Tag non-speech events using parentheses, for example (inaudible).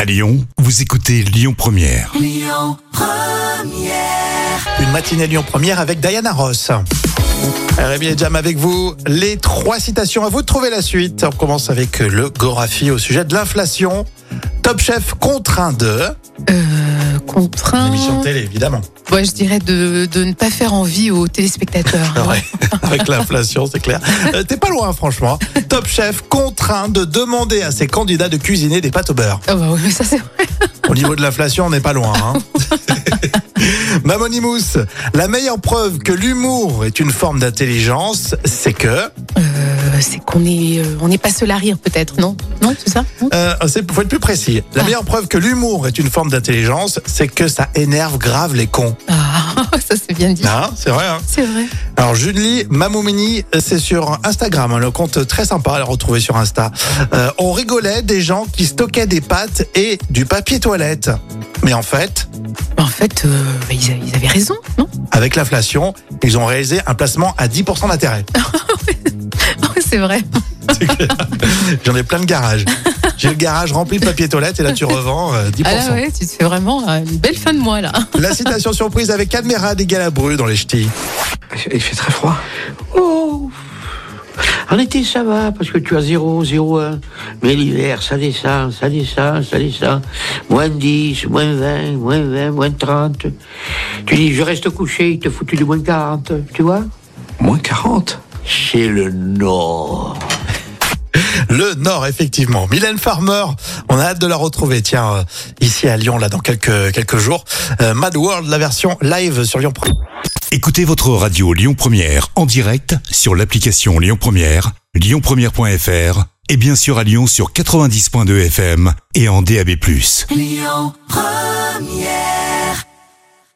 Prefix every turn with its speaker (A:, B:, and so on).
A: À Lyon, vous écoutez Lyon Première.
B: Une matinée Lyon Première avec Diana Ross. Rémi et Jam avec vous. Les trois citations à vous de trouver la suite. On commence avec le Gorafi au sujet de l'inflation. Top Chef contraint de
C: Euh,
B: une
C: contraint.
B: émission de télé évidemment.
C: Ouais, je dirais de, de ne pas faire envie aux téléspectateurs.
B: Ah Ouais, (laughs) avec l'inflation c'est clair. Euh, T'es pas loin franchement. Top Chef contraint de demander à ses candidats de cuisiner des pâtes au beurre.
C: Ah bah oui, ça c'est vrai.
B: Au niveau de l'inflation on n'est pas loin. Hein. (laughs) Mamonimous, la meilleure preuve que l'humour est une forme d'intelligence, c'est que...
C: Euh, c'est qu'on est, euh, on n'est pas seul à rire peut-être, non Non, c'est ça Non
B: Euh, c'est- faut être plus précis. La
C: Ah.
B: meilleure preuve que l'humour est une forme d'intelligence, c'est que ça énerve grave les cons.
C: Ah, (laughs) ça c'est bien dit.
B: Hein, c'est vrai. Hein
C: C'est vrai.
B: Alors Julie Mamoumini, c'est sur Instagram, hein, le compte très sympa à la retrouver sur Insta. Euh, on rigolait des gens qui stockaient des pâtes et du papier toilette. Mais en fait,
C: En fait, euh, bah, ils, a- ils avaient raison, non (laughs)
B: avec l'inflation, ils ont réalisé un placement à 10%
C: (laughs)
B: d'intérêt.
C: Ah, C'est vrai.
B: J'en ai plein de garages. J'ai le garage rempli de papier toilette et là tu revends euh, 10%.
C: Ah là ouais, tu te fais vraiment euh, une belle fin de mois là.
B: La citation surprise avec Admiral des Galabru dans les ch'tis.
D: Il fait très froid. Oh En été, ça va, parce que tu as 0, 0, 1. Mais l'hiver, ça descend, ça descend, ça descend. Moins 10, moins 20, moins 20, moins 30. Tu dis, je reste couché, il te foutu du moins 40, tu vois Moins 40 C'est le Nord.
B: Le Nord, effectivement. Mylène Farmer, on a hâte de la retrouver. Tiens, euh, ici à Lyon, là, dans quelques, quelques jours. Euh, Mad World, la version live sur Lyon.
A: Écoutez votre radio Lyon Première en direct sur l'application Lyon Première, lyonpremière.fr et bien sûr à Lyon sur 90.2 FM et en DAB+.